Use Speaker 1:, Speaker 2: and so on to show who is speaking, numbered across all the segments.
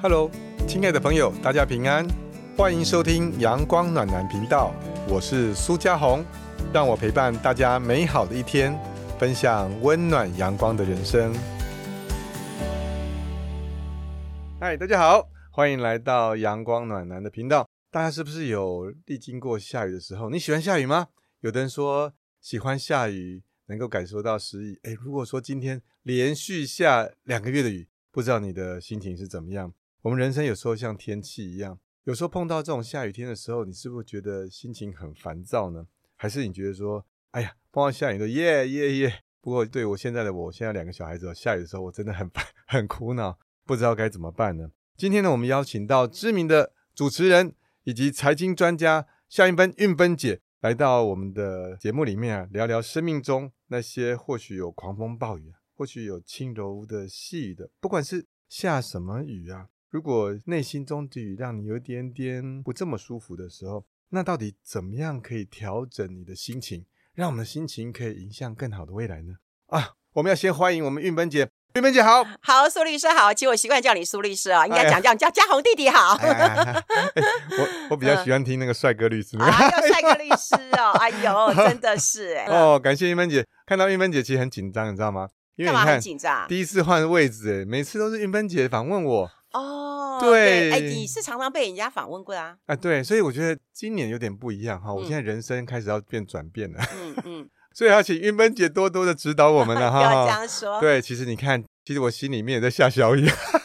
Speaker 1: Hello，亲爱的朋友，大家平安，欢迎收听阳光暖男频道，我是苏家红，让我陪伴大家美好的一天，分享温暖阳光的人生。嗨，大家好，欢迎来到阳光暖男的频道。大家是不是有历经过下雨的时候？你喜欢下雨吗？有的人说喜欢下雨，能够感受到诗意。诶，如果说今天连续下两个月的雨，不知道你的心情是怎么样？我们人生有时候像天气一样，有时候碰到这种下雨天的时候，你是不是觉得心情很烦躁呢？还是你觉得说，哎呀，碰到下雨都耶耶耶？不过对我现在的我，现在两个小孩子哦，下雨的时候我真的很烦，很苦恼，不知道该怎么办呢？今天呢，我们邀请到知名的主持人以及财经专家夏运芬运芬姐来到我们的节目里面啊，聊聊生命中那些或许有狂风暴雨啊，或许有轻柔的细雨的，不管是下什么雨啊，如果内心中的雨让你有一点点不这么舒服的时候，那到底怎么样可以调整你的心情，让我们的心情可以迎向更好的未来呢？啊，我们要先欢迎我们运芬姐，运芬姐好。
Speaker 2: 好，苏律师好，其实我习惯叫你苏律师啊，应
Speaker 1: 哎
Speaker 2: 该
Speaker 1: 呀
Speaker 2: 讲叫叫嘉宏弟弟好。
Speaker 1: 哎呀哎我我比较喜欢听那个帅哥律师。
Speaker 2: 啊，要帅哥律师哦， 哎呦，真的是哎，
Speaker 1: 哦，感谢玉芬姐。看到玉芬姐其实很紧张，你知道吗？因为
Speaker 2: 干
Speaker 1: 你
Speaker 2: 嘛很
Speaker 1: 看
Speaker 2: 紧张？啊
Speaker 1: 第一次换位置，哎，每次都是玉芬姐访问我
Speaker 2: 哦，
Speaker 1: 对
Speaker 2: 哎，你是常常被人家访问过啊？
Speaker 1: 啊，对，所以我觉得今年有点不一样哈。我
Speaker 2: 嗯
Speaker 1: 现在人生开始要变转变了，
Speaker 2: 嗯嗯，
Speaker 1: 所以要请玉芬姐多多的指导我们 了
Speaker 2: 不要这
Speaker 1: 哈。
Speaker 2: 样说。
Speaker 1: 对，其实你看，其实我心里面也在下小雨。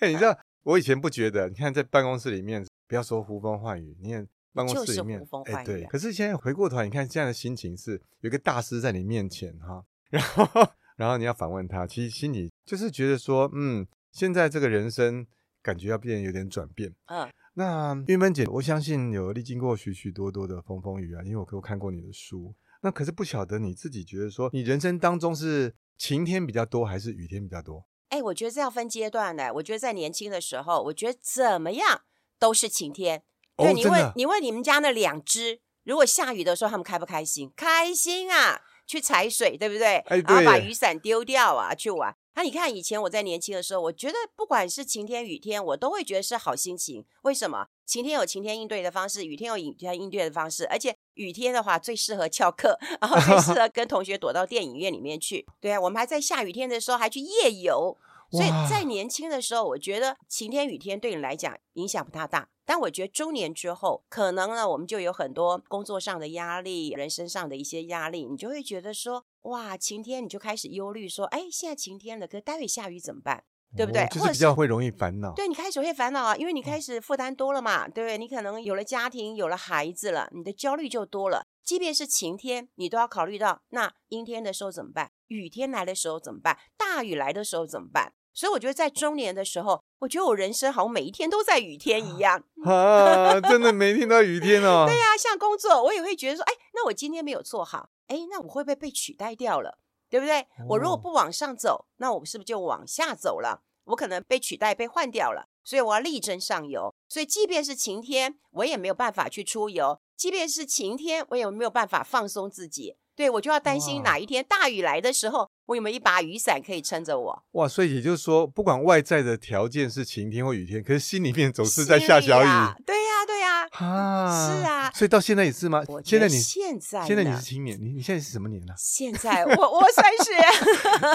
Speaker 1: 哎，你知道我以前不觉得，你看在办公室里面，不要说呼风唤雨，你看办公
Speaker 2: 就
Speaker 1: 室里
Speaker 2: 是
Speaker 1: 面
Speaker 2: 呼风，
Speaker 1: 哎，
Speaker 2: 唤
Speaker 1: 对。
Speaker 2: 雨啊
Speaker 1: 可是现在回过头来，你看这样的心情是有一个大师在你面前哈， 然后然后你要反问他，其实心里就是觉得说，嗯，现在这个人生感觉要变有点转变。
Speaker 2: 嗯，
Speaker 1: 那玉芬姐，我相信有历经过许许多多的风风雨啊，因为我都看过你的书。那可是不晓得你自己觉得说，你人生当中是晴天比较多还是雨天比较多？
Speaker 2: 哎，我觉得这要分阶段的。我觉得在年轻的时候，我觉得怎么样都是晴天。
Speaker 1: 哦
Speaker 2: 对，你
Speaker 1: 真的
Speaker 2: 问你问你们家那两只，如果下雨的时候他们开不开心？开心啊，去踩水，对不对？
Speaker 1: 哎
Speaker 2: 然后把
Speaker 1: 对
Speaker 2: 雨伞丢掉啊，去玩。那、你看以前我在年轻的时候，我觉得不管是晴天雨天，我都会觉得是好心情。为什么？晴天有晴天应对的方式，雨天有雨天应对的方式，而且雨天的话最适合翘课，然后最适合跟同学躲到电影院里面去。对啊，我们还在下雨天的时候还去夜游，所以
Speaker 1: 哇
Speaker 2: 在年轻的时候，我觉得晴天雨天对你来讲影响不大大。但我觉得中年之后，可能呢，我们就有很多工作上的压力、人身上的一些压力，你就会觉得说，哇，晴天你就开始忧虑说，哎，现在晴天了，可待会下雨怎么办？对不对
Speaker 1: 哦就
Speaker 2: 或
Speaker 1: 是
Speaker 2: 者
Speaker 1: 比较
Speaker 2: 是
Speaker 1: 会容易烦恼。
Speaker 2: 对你开始会烦恼啊，因为你开始负担多了嘛，对不对？你可能有了家庭，有了孩子了，你的焦虑就多了。即便是晴天，你都要考虑到那阴天的时候怎么办，雨天来的时候怎么办，大雨来的时候怎么办。所以我觉得在中年的时候，我觉得我人生好像每一天都在雨天一样。
Speaker 1: 啊，真的每天都要雨天哦。
Speaker 2: 对啊，像工作，我也会觉得说，哎，那我今天没有做好，哎，那我会不会被取代掉了？对不对？我如
Speaker 1: 哦
Speaker 2: 果不往上走，那我是不是就往下走了？我可能被取代、被换掉了，所以我要力争上游。所以，即便是晴天，我也没有办法去出游；即便是晴天，我也没有办法放松自己。对我就要担心
Speaker 1: 哇
Speaker 2: 哪一天大雨来的时候，我有没有一把雨伞可以撑着我？
Speaker 1: 哇，所以也就是说，不管外在的条件是晴天或雨天，可是心里面总是在
Speaker 2: 心
Speaker 1: 下
Speaker 2: 里
Speaker 1: 小雨。
Speaker 2: 呀对呀、对呀、
Speaker 1: 啊
Speaker 2: 是啊
Speaker 1: 所以到现在也是吗
Speaker 2: 我？觉
Speaker 1: 现在
Speaker 2: 得
Speaker 1: 你
Speaker 2: 现在
Speaker 1: 现在你
Speaker 2: 呢？
Speaker 1: 是青年，你你现在是什么年呢
Speaker 2: 现在我我 算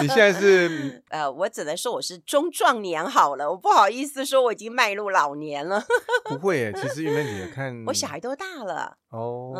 Speaker 2: 是
Speaker 1: 你现在是嗯
Speaker 2: 呃，我只能说我是中壮年好了，我不好意思说我已经迈入老年了，
Speaker 1: 不会耶，其实玉芬姐看
Speaker 2: 我小孩都大了，
Speaker 1: 嗯哦，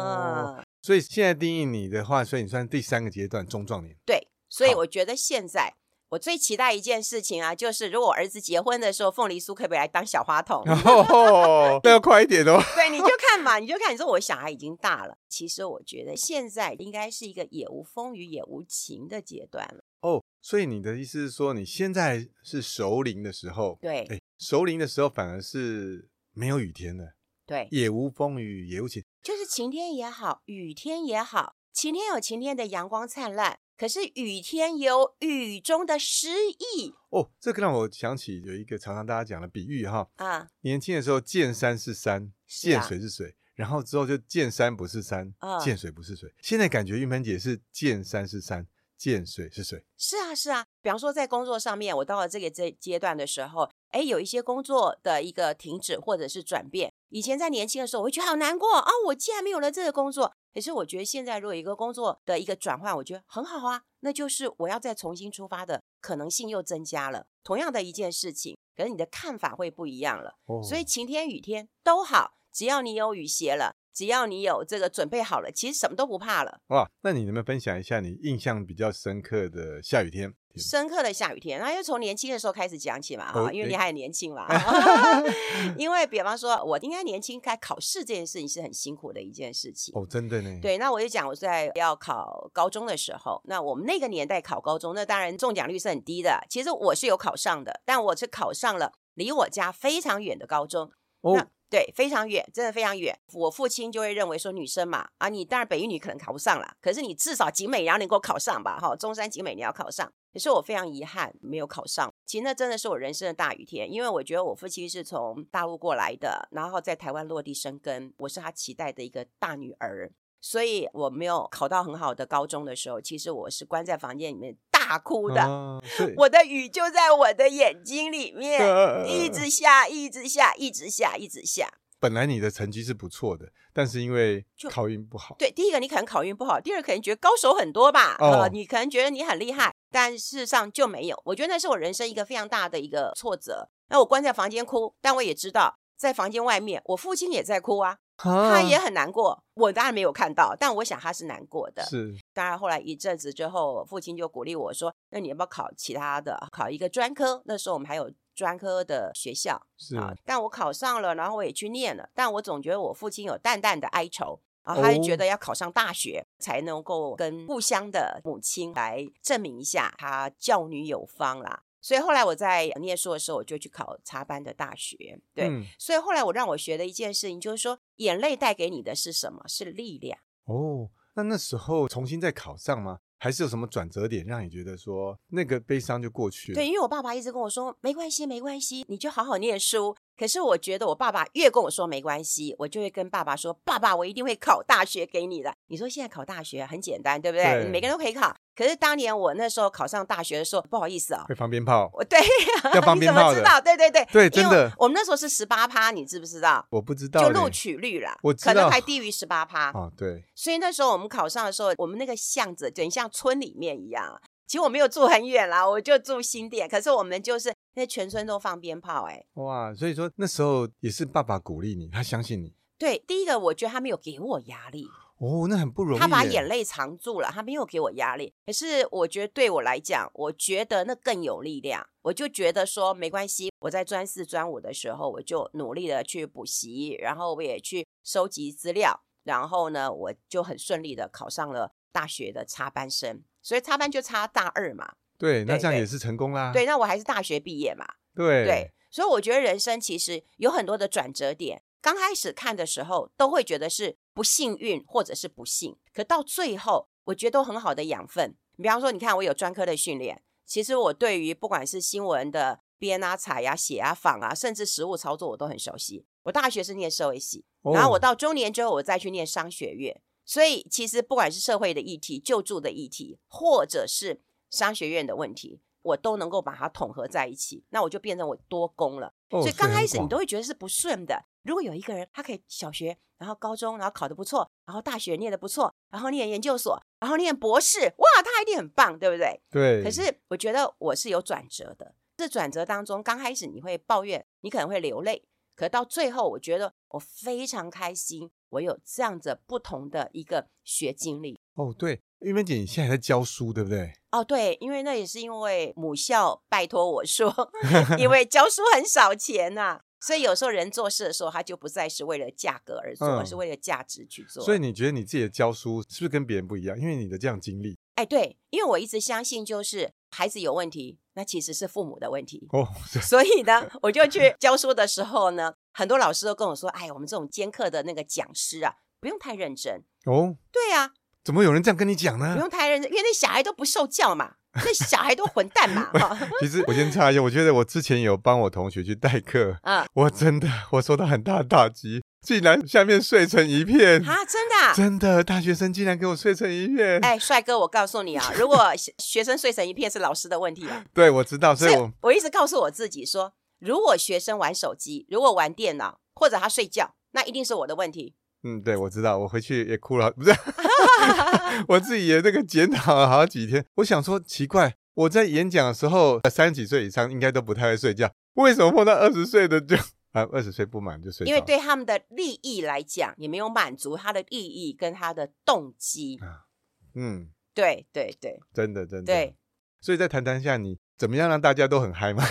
Speaker 2: 嗯，
Speaker 1: 所以现在定义你的话，所以你算第三个阶段中壮年。
Speaker 2: 对，所以
Speaker 1: 好
Speaker 2: 我觉得现在我最期待一件事情啊，就是如果我儿子结婚的时候，凤梨酥可不可以来当小花 筒？
Speaker 1: 哦， 那要快一点哦。
Speaker 2: 对，你就看嘛，你就看，你说我小孩已经大了，其实我觉得现在应该是一个也无风雨也无晴的阶段了，
Speaker 1: 哦，所以你的意思是说，你现在是熟龄的时候，
Speaker 2: 对
Speaker 1: 哎，熟龄的时候反而是没有雨天的，
Speaker 2: 对，
Speaker 1: 也无风雨，也无晴。
Speaker 2: 就是晴天也好，雨天也好，晴天有晴天的阳光灿烂，可是雨天有雨中的诗意
Speaker 1: 哦，这个让我想起有一个常常大家讲的比喻哈，
Speaker 2: 啊
Speaker 1: 年轻的时候见山是山，
Speaker 2: 是
Speaker 1: 见
Speaker 2: 啊
Speaker 1: 水是水，然后之后就见山不是山，
Speaker 2: 啊
Speaker 1: 见水不是水。现在感觉玉芬姐是见山是山，见水是水。
Speaker 2: 是啊，是啊。比方说，在工作上面，我到了这个阶阶段的时候，哎，有一些工作的一个停止或者是转变。以前在年轻的时候，我会觉得好难过啊，我既然没有了这个工作。可是我觉得现在如果有一个工作的一个转换，我觉得很好啊，那就是我要再重新出发的可能性又增加了。同样的一件事情，可是你的看法会不一样了。
Speaker 1: 哦
Speaker 2: 所以晴天雨天都好，只要你有雨鞋了，只要你有这个准备好了，其实什么都不怕了。
Speaker 1: 哇，那你能不能分享一下你印象比较深刻的下雨天？
Speaker 2: 深刻的下雨天，那就从年轻的时候开始讲起嘛，哈、
Speaker 1: 哦
Speaker 2: 因为
Speaker 1: 诶
Speaker 2: 你还年 轻嘛。因为比方说，我应该年轻开考试这件事情是很辛苦的一件事情。
Speaker 1: 哦，真的呢。，
Speaker 2: 对，那我就讲我在要考高中的时候，那我们那个年代考高中，那当然中奖率是很低的。其实我是有考上的，但我是考上了离我家非常远的高中。那
Speaker 1: 哦，
Speaker 2: 对，非常远，真的非常远。我父亲就会认为说，女生嘛，啊，你当然北一女可能考不上啦，可是你至少景美也要能够考上吧，哈，中山景美你要考上。可是我非常遗憾没有考上，其实那真的是我人生的大雨天，因为我觉得我父亲是从大陆过来的，然后在台湾落地生根，我是他期待的一个大女儿，所以我没有考到很好的高中的时候，其实我是关在房间里面大哭的，
Speaker 1: 啊对
Speaker 2: 我的雨就在我的眼睛里面。
Speaker 1: 呃
Speaker 2: 一直下，一直下，一直下，一直下。
Speaker 1: 本来你的成绩是不错的，但是因为
Speaker 2: 就
Speaker 1: 考运不好，
Speaker 2: 对，第一个你可能考运不好，第二个可能觉得高手很多吧，
Speaker 1: 哦
Speaker 2: 呃，你可能觉得你很厉害，但事实上就没有。我觉得那是我人生一个非常大的一个挫折。那我关在房间哭，但我也知道，在房间外面，我父亲也在哭啊，
Speaker 1: 他
Speaker 2: 他也很难过。我当然没有看到，但我想他是难过的。
Speaker 1: 啊是
Speaker 2: 当然后来一阵子之后，父亲就鼓励我说：“那你要不要考其他的，考一个专科？那时候我们还有专科的学校。”
Speaker 1: 是
Speaker 2: 啊，但我考上了，然后我也去念了，但我总觉得我父亲有淡淡的哀愁。啊，他就觉
Speaker 1: 哦
Speaker 2: 得要考上大学才能够跟故乡的母亲来证明一下他教女有方啦。所以后来我在念书的时候，我就去考插班的大学。对，
Speaker 1: 嗯
Speaker 2: 所以后来我让我学的一件事情就是说，眼泪带给你的是什么？是力量。
Speaker 1: 哦，那那时候重新再考上吗？还是有什么转折点让你觉得说那个悲伤就过去了？
Speaker 2: 对，，因为我爸爸一直跟我说没关系，没关系，你就好好念书。可是我觉得我爸爸越跟我说没关系，我就会跟爸爸说：“爸爸，我一定会考大学给你的。”你说现在考大学很简单，对不对？
Speaker 1: 对
Speaker 2: 每个人都可以考。可是当年我那时候考上大学的时候，不好意思啊、
Speaker 1: 会放鞭炮，
Speaker 2: 我对
Speaker 1: 要放
Speaker 2: 你
Speaker 1: 鞭
Speaker 2: 怎么
Speaker 1: 炮
Speaker 2: 知
Speaker 1: 的
Speaker 2: 道？对对对，
Speaker 1: 对
Speaker 2: 因
Speaker 1: 真
Speaker 2: 为
Speaker 1: 的
Speaker 2: 我们那时候是十八趴，你知不知道？
Speaker 1: 我不知道
Speaker 2: 就
Speaker 1: 嘞，
Speaker 2: 录取率啦，
Speaker 1: 我知
Speaker 2: 可能
Speaker 1: 道
Speaker 2: 还低于十八趴。
Speaker 1: 啊，对，
Speaker 2: 所以那时候我们考上的时候，我们那个巷子等于像村里面一样啊。其实我没有住很远啦，我就住新店，可是我们就是那全村都放鞭炮、哎，
Speaker 1: 哇，所以说那时候也是爸爸鼓励你，他相信你，
Speaker 2: 对，第一个我觉得他没有给我压力，
Speaker 1: 哦，那很不容易耶，
Speaker 2: 他把眼泪藏住了，他没有给我压力。可是我觉得对我来讲，我觉得那更有力量。我就觉得说没关系，我在专四、专五的时候，我就努力的去补习，然后我也去收集资料，然后呢，我就很顺利的考上了大学的插班生。所以插班就插大二嘛，
Speaker 1: 对，那
Speaker 2: 对
Speaker 1: 这样
Speaker 2: 对
Speaker 1: 也是成功啦，
Speaker 2: 对，那我还是大学毕业嘛，
Speaker 1: 对
Speaker 2: 对，所以我觉得人生其实有很多的转折点。刚开始看的时候，都会觉得是不幸运或者是不幸，可到最后，我觉得都很好的养分。比方说，你看我有专科的训练，其实我对于不管是新闻的编啊、采啊、写啊、访啊，甚至实务操作，我都很熟悉。我大学是念社会系，
Speaker 1: 哦
Speaker 2: 然后我到中年之后，我再去念商学院。所以其实不管是社会的议题、救助的议题，或者是商学院的问题，我都能够把它统合在一起，那我就变成我多功了。
Speaker 1: 哦
Speaker 2: 所以刚
Speaker 1: 很
Speaker 2: 开始你
Speaker 1: 广
Speaker 2: 都会觉得是不顺的。如果有一个人他可以小学，然后高中，然后考得不错，然后大学念得不错，然后念研究所，然后念博士，哇，他一定很棒，对不对？
Speaker 1: 对，
Speaker 2: 可是我觉得我是有转折的，这转折当中，刚开始你会抱怨，你可能会流泪，可到最后，我觉得我非常开心，我有这样子不同的一个学经历。
Speaker 1: 哦，对，玉梅姐，你现在还在教书对不对？
Speaker 2: 哦，对，因为那也是因为母校拜托我 说，因为教书很少钱呐、所以有时候人做事的时候，他就不再是为了价格而做，而是
Speaker 1: 嗯
Speaker 2: 为了价值去做。
Speaker 1: 所以你觉得你自己的教书是不是跟别人不一样？因为你的这样经历
Speaker 2: 哎，对，因为我一直相信，就是孩子有问题，那其实是父母的问题。
Speaker 1: 哦， 是
Speaker 2: 所以呢，我就去教书的时候呢，很多老师都跟我说：“哎，我们这种兼课的那个讲师啊，不用太认真。
Speaker 1: 哦，”
Speaker 2: 对啊，
Speaker 1: 怎么有人这样跟你讲
Speaker 2: 不
Speaker 1: 呢？
Speaker 2: 用太认真，因为那小孩都不受教嘛，那小孩都混蛋嘛，哈，
Speaker 1: 其实我先插一下，我觉得我之前有帮我同学去代课，
Speaker 2: 嗯
Speaker 1: 我真的我受到很大的打击。竟然下面睡成一片，
Speaker 2: 啊，真的、啊？
Speaker 1: 真的，大学生竟然给我睡成一片。
Speaker 2: 哎，帅哥，我告诉你啊，如果学学生睡成一片是老师的问题啊。
Speaker 1: 对，我知道， 所以我
Speaker 2: 我一直告诉我自己说，如果学生玩手机，如果玩电脑，或者他睡觉，那一定是我的 问题。
Speaker 1: 嗯，对，我知道，我回去也哭了，不是，我自己也那个检讨了好几天。我想说，奇怪，我在演讲的时候，三十几岁以上应该都不太会睡觉，为什么碰到二十岁的就啊二十岁不满就睡着
Speaker 2: 因
Speaker 1: 了？
Speaker 2: 为对他们的利益来讲，也没有满足他的利益跟他的动机。
Speaker 1: 嗯，
Speaker 2: 对对对
Speaker 1: 真的真的。
Speaker 2: 对，，
Speaker 1: 所以再谈谈一下，你怎么样让大家都很嗨嘛？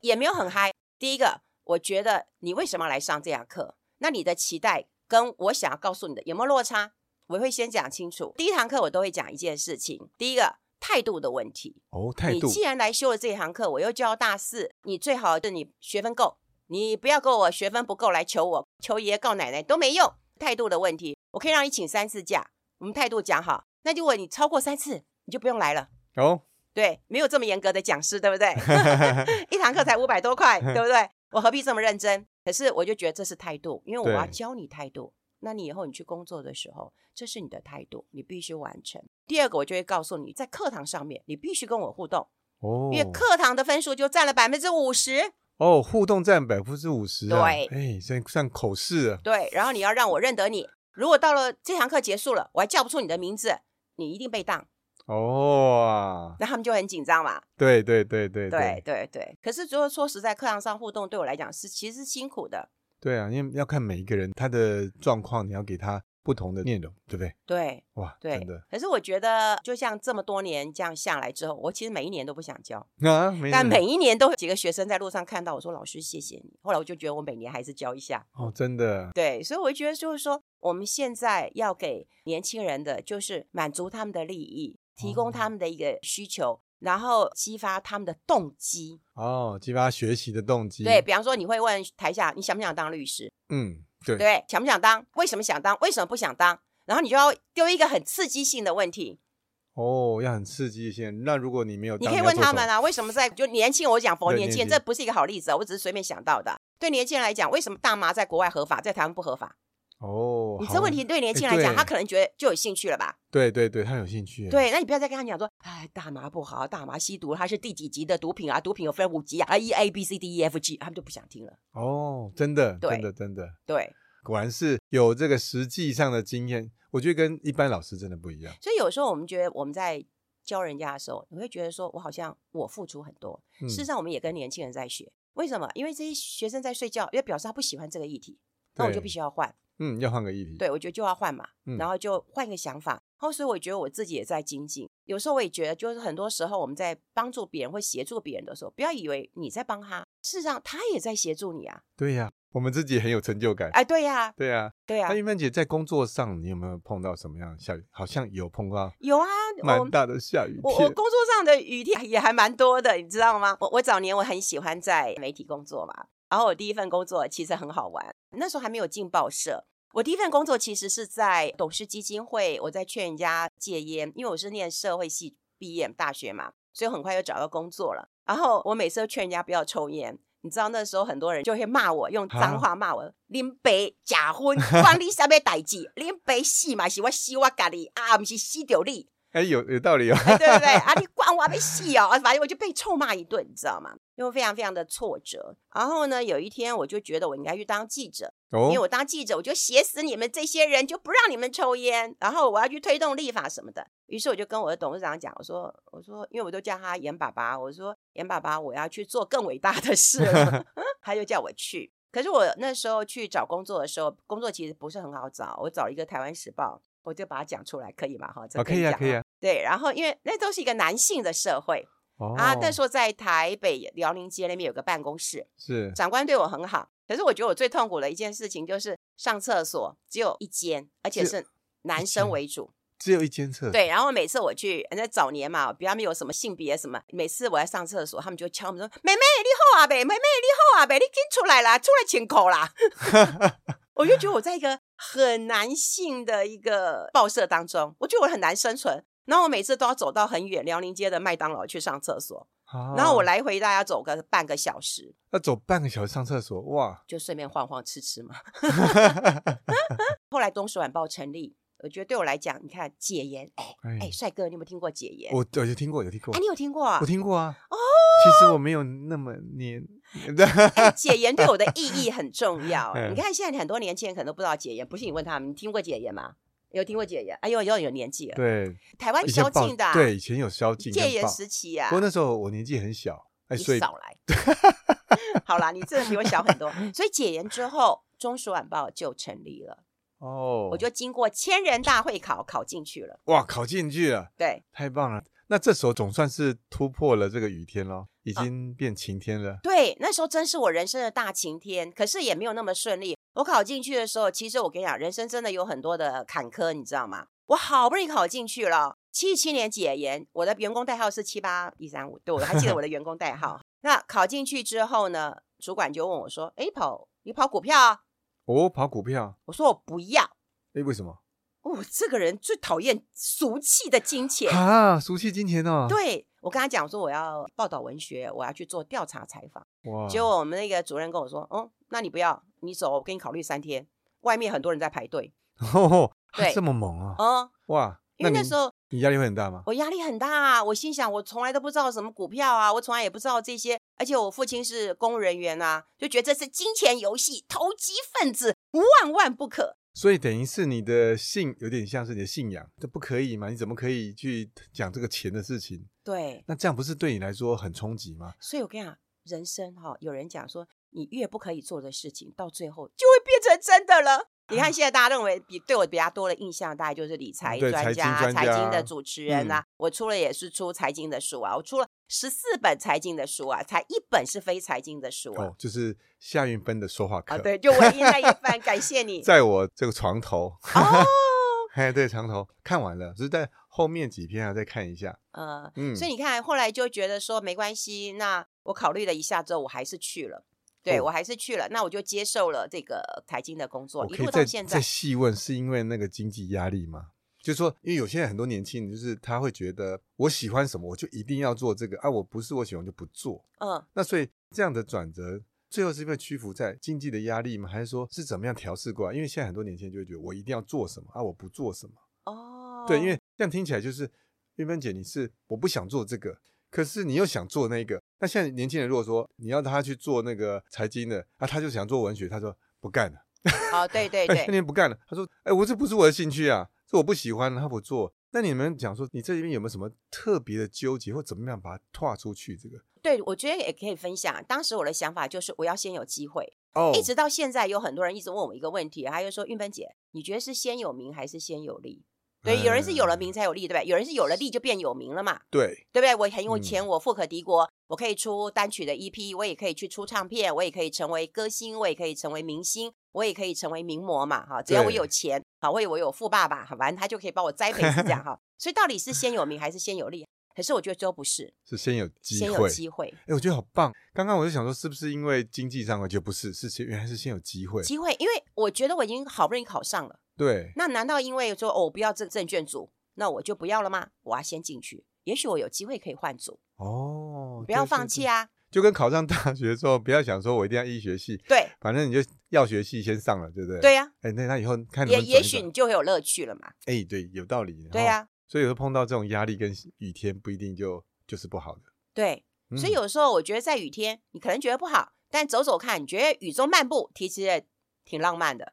Speaker 2: 也没有很嗨。第一个，我觉得你为什么要来上这堂课？那你的期待跟我想要告诉你的有没有落差？我会先讲清楚。第一堂课我都会讲一件事情，第一个态度的问题。
Speaker 1: 哦，态
Speaker 2: 你
Speaker 1: 度
Speaker 2: 既然来修了这堂课，我又教大四，你最好是你学分够，你不要跟我学分不够来求我，求爷爷告奶奶都没用。态度的问题，我可以让你请三次假，我们态度讲好。那如果你超过三次，你就不用来了。
Speaker 1: 哦，
Speaker 2: 对，没有这么严格的讲师，对 不对？一堂课才五百多块，对不对？我何必这么认真？可是我就觉得这是态度，因为我
Speaker 1: 对
Speaker 2: 要教你态度。那你以后你去工作的时候，这是你的态度，你必须完成。第二个，我就会告诉你，在课堂上面，你必须跟我互动，
Speaker 1: 哦，
Speaker 2: 因为课堂的分数就占了百分之五十。
Speaker 1: 哦，互动占百分之五十，
Speaker 2: 对
Speaker 1: 哎，算算口试了，
Speaker 2: 对，然后你要让我认得你。如果到了这堂课结束了，我还叫不出你的名字，你一定被当。
Speaker 1: 哦，
Speaker 2: 那他们就很紧张嘛。
Speaker 1: 对对对对
Speaker 2: 对对对。可是如果说实在，课堂上互动对我来讲是其实是辛苦的。
Speaker 1: 对啊，因为要看每一个人他的状况，你要给他不同的内容，对不对？
Speaker 2: 对
Speaker 1: 哇，
Speaker 2: 对
Speaker 1: 真的，
Speaker 2: 可是我觉得，就像这么多年这样下来之后，我其实每一年都不想教，
Speaker 1: 啊，没
Speaker 2: 但
Speaker 1: 事
Speaker 2: 每一年都有几个学生在路上看到我说：“老师，谢谢你。”后来我就觉得我每年还是教一下。
Speaker 1: 哦，真的，
Speaker 2: 对，所以我觉得就是说，我们现在要给年轻人的就是满足他们的利益，提供
Speaker 1: 哦
Speaker 2: 他们的一个需求，然后激发他们的动机。
Speaker 1: 哦，激发学习的动机，
Speaker 2: 对，比方说，你会问台下你想不想当律师？
Speaker 1: 嗯，对，
Speaker 2: 对，想不想当？为什么想当？为什么不想当？然后你就要丢一个很刺激性的问题，
Speaker 1: 哦，要很刺激一些。那如果你没有
Speaker 2: 你
Speaker 1: 当，
Speaker 2: 可以
Speaker 1: 要
Speaker 2: 问
Speaker 1: 做
Speaker 2: 他
Speaker 1: 什么
Speaker 2: 们啊，为什么在就年轻？我讲佛
Speaker 1: 对
Speaker 2: 年轻
Speaker 1: 年
Speaker 2: 人，
Speaker 1: 轻
Speaker 2: 这不是一个好例子啊，我只是随便想到的。对年轻人来讲，为什么大麻在国外合法，在台湾不合法？
Speaker 1: 哦，
Speaker 2: 你
Speaker 1: 好
Speaker 2: 这问题，对年
Speaker 1: 哎
Speaker 2: 轻人来讲，
Speaker 1: 对
Speaker 2: 他可能觉得就有兴趣了吧？
Speaker 1: 对对对，他有兴趣，，
Speaker 2: 对，那你不要再跟他讲说，哎，大麻不好，大麻吸毒，它是第几级的毒品啊？毒品有分五级啊啊，E A B C D E F G，他们就不想听了。
Speaker 1: 哦，真的，
Speaker 2: 对
Speaker 1: 真的，真的，
Speaker 2: 对，
Speaker 1: 果然是有这个实际上的经验，我觉得跟一般老师真的不一样。
Speaker 2: 所以有时候我们觉得我们在教人家的时候，你会觉得说我好像我付出很多，
Speaker 1: 嗯
Speaker 2: 事实上我们也跟年轻人在学。为什么？因为这些学生在睡觉，因为表示他不喜欢这个议题，那我就
Speaker 1: 对
Speaker 2: 必须要换。
Speaker 1: 嗯，要换个议题，，
Speaker 2: 对，我觉得就要换嘛，
Speaker 1: 嗯
Speaker 2: 然后就换一个想法。然后，所以我觉得我自己也在精进。有时候我也觉得，就是很多时候我们在帮助别人或协助别人的时候，不要以为你在帮他，事实上他也在协助你啊！
Speaker 1: 对呀、我们自己很有成就感。
Speaker 2: 哎，对呀、
Speaker 1: 对呀、
Speaker 2: 对啊呀、
Speaker 1: 那玉芬姐在工作上，你有没有碰到什么样的下雨？好像有碰到
Speaker 2: 有啊，我
Speaker 1: 蛮大的下雨
Speaker 2: 我我
Speaker 1: 天
Speaker 2: 工作上的雨天也还蛮多的，你知道吗？我我早年我很喜欢在媒体工作嘛，然后我第一份工作其实很好玩，那时候还没有进报社。我第一份工作其实是在董事基金会，我在劝人家戒烟，因为我是念社会系毕业大学嘛，所以很快就找到工作了。然后我每次都劝人家不要抽烟，你知道那时候很多人就会骂我，用脏话骂我，林北假婚，关你什么代志？ 林北死嘛是我死我家己啊，不是死掉你。
Speaker 1: 哎、有有道理哦。
Speaker 2: 哎 对对对，啊，你管我被戏哦，啊反正我就被臭骂一顿，你知道吗？因为非常非常的挫折。然后呢，有一天我就觉得我应该去当记者，因为
Speaker 1: 哦，
Speaker 2: 我当记者，我就写死你们这些人，就不让你们抽烟，然后我要去推动立法什么的。于是我就跟我的董事长讲，我说，我说，因为我都叫他严爸爸，我说严爸爸，我要去做更伟大的事了， 他就叫我去。可是我那时候去找工作的时候，工作其实不是很好找，我找了一个《台湾时报》，我就把它讲出来，可以吗？哈，这
Speaker 1: 啊，可以啊，
Speaker 2: 讲
Speaker 1: 可以啊。
Speaker 2: 对，然后因为那都是一个男性的社会、
Speaker 1: 哦，
Speaker 2: 啊，那时候在台北辽宁街那边有个办公室，
Speaker 1: 是
Speaker 2: 长官对我很好，可是我觉得我最痛苦的一件事情就是上厕所只有一间，而且
Speaker 1: 只
Speaker 2: 是男生为主。
Speaker 1: 只有一间厕所，
Speaker 2: 对，然后每次我去那早年嘛，比他们有什么性别什么，每次我在上厕所，他们就敲门说：“妹妹你好啊呗，妹妹你好啊呗，你进出来啦，出来请口啦。”我就觉得我在一个很男性的一个报社当中，我觉得我很难生存。然后我每次都要走到很远辽宁街的麦当劳去上厕所，
Speaker 1: 然
Speaker 2: 然后我，来回大概要走个半个小时，
Speaker 1: 啊要走半个小时上厕所，哇！
Speaker 2: 就顺便晃晃吃吃嘛。后来东石晚报成立，我觉得对我来讲，你看解严，哎
Speaker 1: 哎
Speaker 2: 哎，帅哥，你有没有听过解严？
Speaker 1: 我我有听过，有听过
Speaker 2: 哎，，你有听过啊
Speaker 1: 我？听过啊。哦，其实我没有那么黏，
Speaker 2: 哎解严对我的意义很重要
Speaker 1: 。嗯
Speaker 2: 你看现在很多年轻人可能都不知道解严，不信你问他们，你听过解严吗？有听过解严？哎呦，有有年纪了。
Speaker 1: 对，
Speaker 2: 台湾
Speaker 1: 以前
Speaker 2: 宵
Speaker 1: 报
Speaker 2: 禁的啊、
Speaker 1: 对，以前有宵禁跟
Speaker 2: 戒严
Speaker 1: 报
Speaker 2: 时期啊
Speaker 1: 不。过那时候我年纪很小，哎，
Speaker 2: 你
Speaker 1: 所以
Speaker 2: 少来。 好啦，你真的比我小很多。所以解严之后，《中时晚报》就成立了，
Speaker 1: 哦，
Speaker 2: 我就经过千人大会考考进去了。
Speaker 1: 哇，考进去了，
Speaker 2: 对，
Speaker 1: 太棒了！那这时候总算是突破了这个雨天咯，已
Speaker 2: 嗯
Speaker 1: 经变晴天了。
Speaker 2: 对，那时候真是我人生的大晴天，可是也没有那么顺利。我考进去的时候，其实我跟你讲，人生真的有很多的坎坷，你知道吗？我好不容易考进去了，七七年解严，我的员工代号是七八一三五，对我还记得我的员工代号。那考进去之后呢，主管就问我说：“哎，跑你跑股票啊
Speaker 1: 哦，跑股票，？”
Speaker 2: 我说：“我不要。”
Speaker 1: 哎，为什么
Speaker 2: 我、这个人最讨厌俗气的金钱。
Speaker 1: 啊？熟悉金钱哦，
Speaker 2: 对我跟他讲说我要报道文学，我要去做调查采访。
Speaker 1: 哇，
Speaker 2: 结果我们那个主任跟我说：“哦、那你不要，你走，我给你考虑三天。外面很多人在排队。
Speaker 1: 哦，他
Speaker 2: 对
Speaker 1: 这么猛啊！
Speaker 2: 哦，
Speaker 1: 哇，
Speaker 2: 因为那
Speaker 1: 你
Speaker 2: 时候
Speaker 1: 你压力会很大吗？
Speaker 2: 我压力很大、啊，我心想我从来都不知道什么股票啊，我从来也不知道这些，而且我父亲是公务人员啊，就觉得这是金钱游戏，投机分子万万不可。
Speaker 1: 所以等于是你的信有点像是你的信仰，这不可以嘛？你怎么可以去讲这个钱的事情？
Speaker 2: 对，
Speaker 1: 那这样不是对你来说很冲击吗？
Speaker 2: 所以我跟你讲，人生哈、有人讲说，你越不可以做的事情，到最后就会变成真的了。你看，现在大家认为比对我比较多的印象，大概就是理财
Speaker 1: 嗯对
Speaker 2: 专
Speaker 1: 财经
Speaker 2: 家、
Speaker 1: 专
Speaker 2: 财经
Speaker 1: 家嗯
Speaker 2: 的主持人呐、我出了也是出财经的书啊，我出了十四本财经的书啊，才一本是非财经的书啊。
Speaker 1: 哦，就是夏运芬的说话课，
Speaker 2: 啊，对，就唯一那一本，感谢你。
Speaker 1: 在我这个床头，
Speaker 2: 哦，
Speaker 1: 嘿，对，床头看完了，只是在后面几篇啊再看一下。
Speaker 2: 呃，
Speaker 1: 嗯，
Speaker 2: 所以你看，后来就觉得说没关系，那我考虑了一下之后，我还是去了。对，
Speaker 1: 哦
Speaker 2: 我还是去了，那我就接受了这个财经的工作，
Speaker 1: 我
Speaker 2: 一
Speaker 1: 可以
Speaker 2: 路
Speaker 1: 再
Speaker 2: 到现在
Speaker 1: 再。细问，是因为那个经济压力吗？就是说，因为有些人很多年轻人，就是他会觉得我喜欢什么，我就一定要做这个啊，我不是我喜欢就不做。
Speaker 2: 嗯，
Speaker 1: 那所以这样的转折，最后是因为屈服在经济的压力吗？还是说是怎么样调试过来？因为现在很多年轻人就会觉得我一定要做什么啊，我不做什么。
Speaker 2: 哦，
Speaker 1: 对，因为这样听起来就是玉芬姐，你是我不想做这个，可是你又想做那个。那现在年轻人如果说你要他去做那个财经的啊，他就想做文学，他说不干了，
Speaker 2: 哦，对对
Speaker 1: 哎，那
Speaker 2: 对，
Speaker 1: 年不干了。他说，哎，我这不是我的兴趣啊，这我不喜欢，他不做。那你们讲说，你这里面有没有什么特别的纠结，或怎么样把它跨出去？这个
Speaker 2: 对，我觉得也可以分享。当时我的想法就是，我要先有机会。
Speaker 1: 哦
Speaker 2: 一直到现在，有很多人一直问我一个问题，他就说：“运芬姐，你觉得是先有名还是先有利？”对，有人是有了
Speaker 1: 嗯
Speaker 2: 名才有利，对不对？有人是有了利就变有名了嘛，
Speaker 1: 哎对，
Speaker 2: 对不对？我很有
Speaker 1: 嗯
Speaker 2: 钱，我富可敌国，我可以出单曲的 EP，我也可以去出唱片，我也可以成为歌星，我也可以成为明星，我也可以成为名模嘛，哈，只要我
Speaker 1: 对
Speaker 2: 有钱，好，我有我有富爸爸，反正他就可以帮我栽培，是这 样哈。所以到底是先有名还是先有利？可是我觉得都不是，
Speaker 1: 是先有机
Speaker 2: 先有
Speaker 1: 会。
Speaker 2: 机会，
Speaker 1: 哎，我觉得好棒。刚刚我就想说，是不是因为经济上的就不是，是先原来是先有机会。
Speaker 2: 机会，因为我觉得我已经好不容易考上了，
Speaker 1: 对，
Speaker 2: 那难道因为说哦我不要这证券组，那我就不要了吗？我要先进去，也许我有机会可以换组，
Speaker 1: 哦，
Speaker 2: 不要
Speaker 1: 对
Speaker 2: 放
Speaker 1: 对对
Speaker 2: 弃啊！
Speaker 1: 就跟考上大学的时候，不要想说我一定要医学系，
Speaker 2: 对
Speaker 1: 反正你就药学系先上了，对不对？
Speaker 2: 对。呀、
Speaker 1: 哎，那那以后看能
Speaker 2: 也
Speaker 1: 不能转
Speaker 2: 也
Speaker 1: 一
Speaker 2: 许
Speaker 1: 转
Speaker 2: 你就会有乐趣了嘛。
Speaker 1: 哎，对，有道理。
Speaker 2: 对啊
Speaker 1: 呀、
Speaker 2: 呀、
Speaker 1: 所以有时候碰到这种压力跟雨天，不一定就就是不好的。
Speaker 2: 对，
Speaker 1: 嗯
Speaker 2: 所以有时候我觉得在雨天，你可能觉得不好，但走走看，你觉得雨中漫步，其实也挺浪漫 的。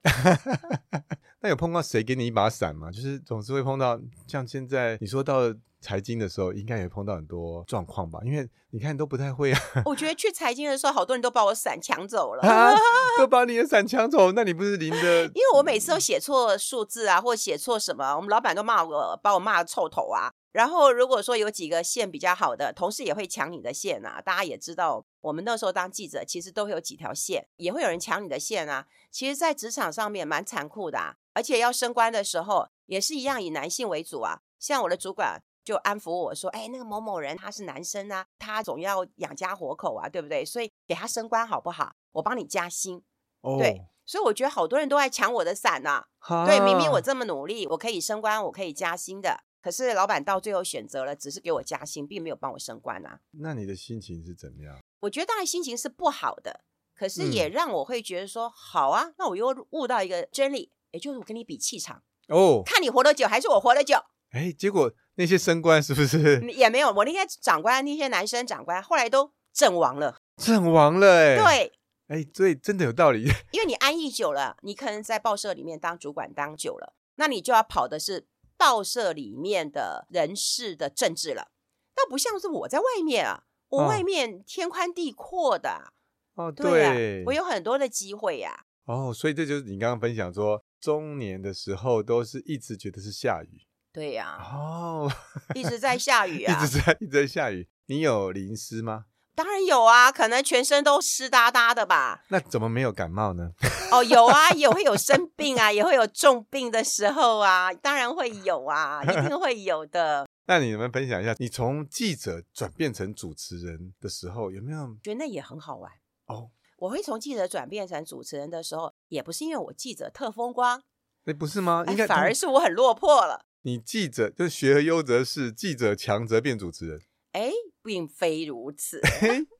Speaker 1: 那有碰到谁给你一把伞吗？就是总是会碰到，像现在你说到财经的时候，应该也碰到很多状况吧？因为你看都不太会啊，
Speaker 2: 我觉得去财经的时候，好多人都把我伞抢走了。
Speaker 1: 啊 都把你的伞抢走，那你不是淋的？
Speaker 2: 因为我每次都写错数字啊，或写错什么，我们老板都骂我，把我骂得臭头啊。然后如果说有几个线比较好的，同事也会抢你的线啊。大家也知道，我们那时候当记者，其实都会有几条线，也会有人抢你的线啊。其实，在职场上面蛮残酷的、啊，而且要升官的时候也是一样，以男性为主啊。像我的主管就安抚我说：“哎，那个某某人他是男生啊，他总要养家活口啊，对不对？所以给他升官好不好？我帮你加薪。”
Speaker 1: 哦
Speaker 2: 对，所以我觉得好多人都爱抢我的伞呐、
Speaker 1: 哈啊
Speaker 2: 对，明明我这么努力，我可以升官，我可以加薪的，可是老板到最后选择了，只是给我加薪，并没有帮我升官啊。
Speaker 1: 那你的心情是怎么样？
Speaker 2: 我觉得当然心情是不好的，可是也
Speaker 1: 嗯
Speaker 2: 让我会觉得说，好啊，那我又悟到一个真理，也就是我跟你比气场，
Speaker 1: 哦，
Speaker 2: 看你活得久还是我活得久。嗯
Speaker 1: 哎，结果那些升官是不是
Speaker 2: 也没有，我那些长官那些男生长官后来都阵亡了。
Speaker 1: 阵亡了？哎，，
Speaker 2: 对，
Speaker 1: 哎，对，真的有道理。
Speaker 2: 因为你安逸久了，你可能在报社里面当主管当久了，那你就要跑的是报社里面的人事的政治了。那不像是我在外面啊，我
Speaker 1: 哦
Speaker 2: 外面天宽地阔的啊，
Speaker 1: 哦，
Speaker 2: 对啊
Speaker 1: 对，
Speaker 2: 我有很多的机会呀、
Speaker 1: 哦，所以这就是你刚刚分享说，中年的时候都是一直觉得是下雨
Speaker 2: 对 呀、
Speaker 1: 哦，
Speaker 2: 一直在下雨 啊
Speaker 1: 一，直在一直在下雨。你有淋湿吗？
Speaker 2: 当然有啊，可能全身都湿哒哒的吧。
Speaker 1: 那怎么没有感冒呢？
Speaker 2: 哦，有啊，也会有生病啊，也会有重病的时候啊，当然会有啊，一定会有的。
Speaker 1: 那你能不能分享一下，你从记者转变成主持人的时候，有没有
Speaker 2: 觉得那也很好玩
Speaker 1: 哦。
Speaker 2: 我会从记者转变成主持人的时候，也不是因为我记者特风光，
Speaker 1: 哎，不是吗？
Speaker 2: 哎
Speaker 1: 应该
Speaker 2: 反
Speaker 1: 他
Speaker 2: 而是我很落魄了。
Speaker 1: 你记者就是学而优则仕，记者强则变主持人。
Speaker 2: 哎，并非如此，